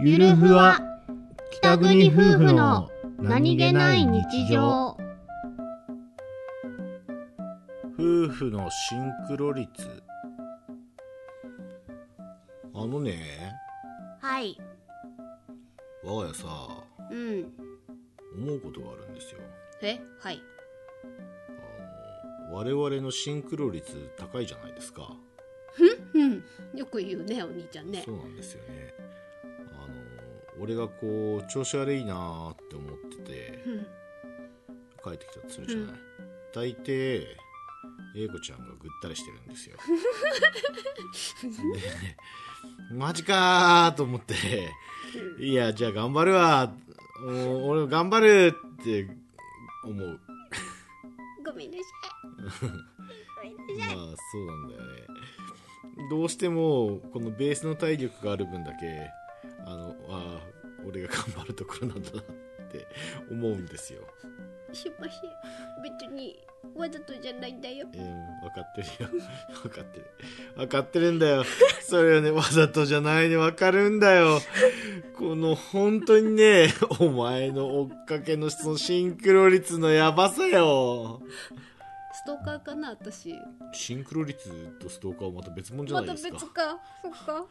ゆるふわ北国夫婦の夫婦のシンクロ率あのねはい我が家さうん思うことがあるんですよえはい我々のシンクロ率高いじゃないですか、うんよく言うねお兄ちゃんねそうなんですよねあの俺がこう調子悪いなーって思っててうん帰ってきたとするじゃない、大抵英子ちゃんがぐったりしてるんですよでマジかーと思っていやじゃあ頑張るわもう俺も頑張るって思うごめんなさいごめんなまあそうなんだよねどうしてもこのベースの体力がある分だけあのあー俺が頑張るところなんだなって思うんですよ、さいすいません別にわざとじゃないんだよえー分かってるよ 分かってる分かってるんだよそれはねわざとじゃないね分かるんだよこの本当にねお前の追っかけのそのシンクロ率のやばさよストーカーかな私シンクロ率とストーカーはまた別物じゃまないたです別かかそっか